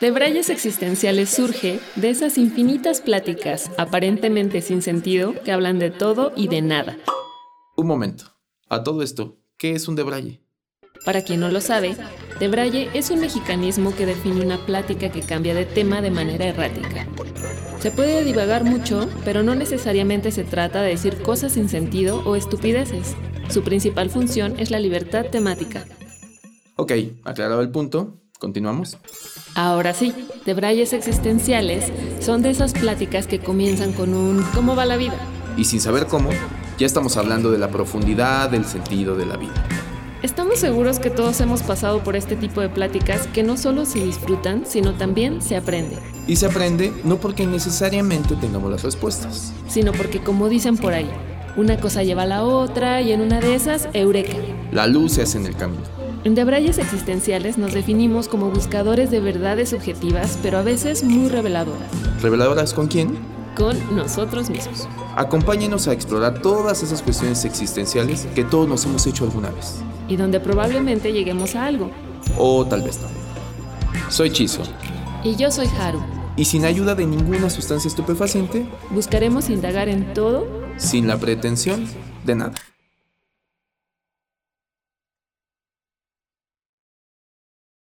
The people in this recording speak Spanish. De Brayes Existenciales surge de esas infinitas pláticas, aparentemente sin sentido, que hablan de todo y de nada. Un momento. A todo esto, ¿qué es un debraye? Para quien no lo sabe, debraye es un mexicanismo que define una plática que cambia de tema de manera errática. Se puede divagar mucho, pero no necesariamente se trata de decir cosas sin sentido o estupideces. Su principal función es la libertad temática. Ok, aclarado el punto, continuamos. Ahora sí, debrayes existenciales son de esas pláticas que comienzan con un ¿cómo va la vida? Y sin saber cómo, ya estamos hablando de la profundidad del sentido de la vida. Estamos seguros que todos hemos pasado por este tipo de pláticas que no solo se disfrutan, sino también se aprende. Y se aprende no porque necesariamente tengamos las respuestas. Sino porque, como dicen por ahí, una cosa lleva a la otra y en una de esas, eureka. La luz se hace en el camino. En Debrayes Existenciales nos definimos como buscadores de verdades subjetivas, pero a veces muy reveladoras. ¿Reveladoras con quién? Con nosotros mismos. Acompáñenos a explorar todas esas cuestiones existenciales que todos nos hemos hecho alguna vez. Y donde probablemente lleguemos a algo. O tal vez no. Soy Chizo. Y yo soy Haru. Y sin ayuda de ninguna sustancia estupefaciente, buscaremos indagar en todo sin la pretensión de nada.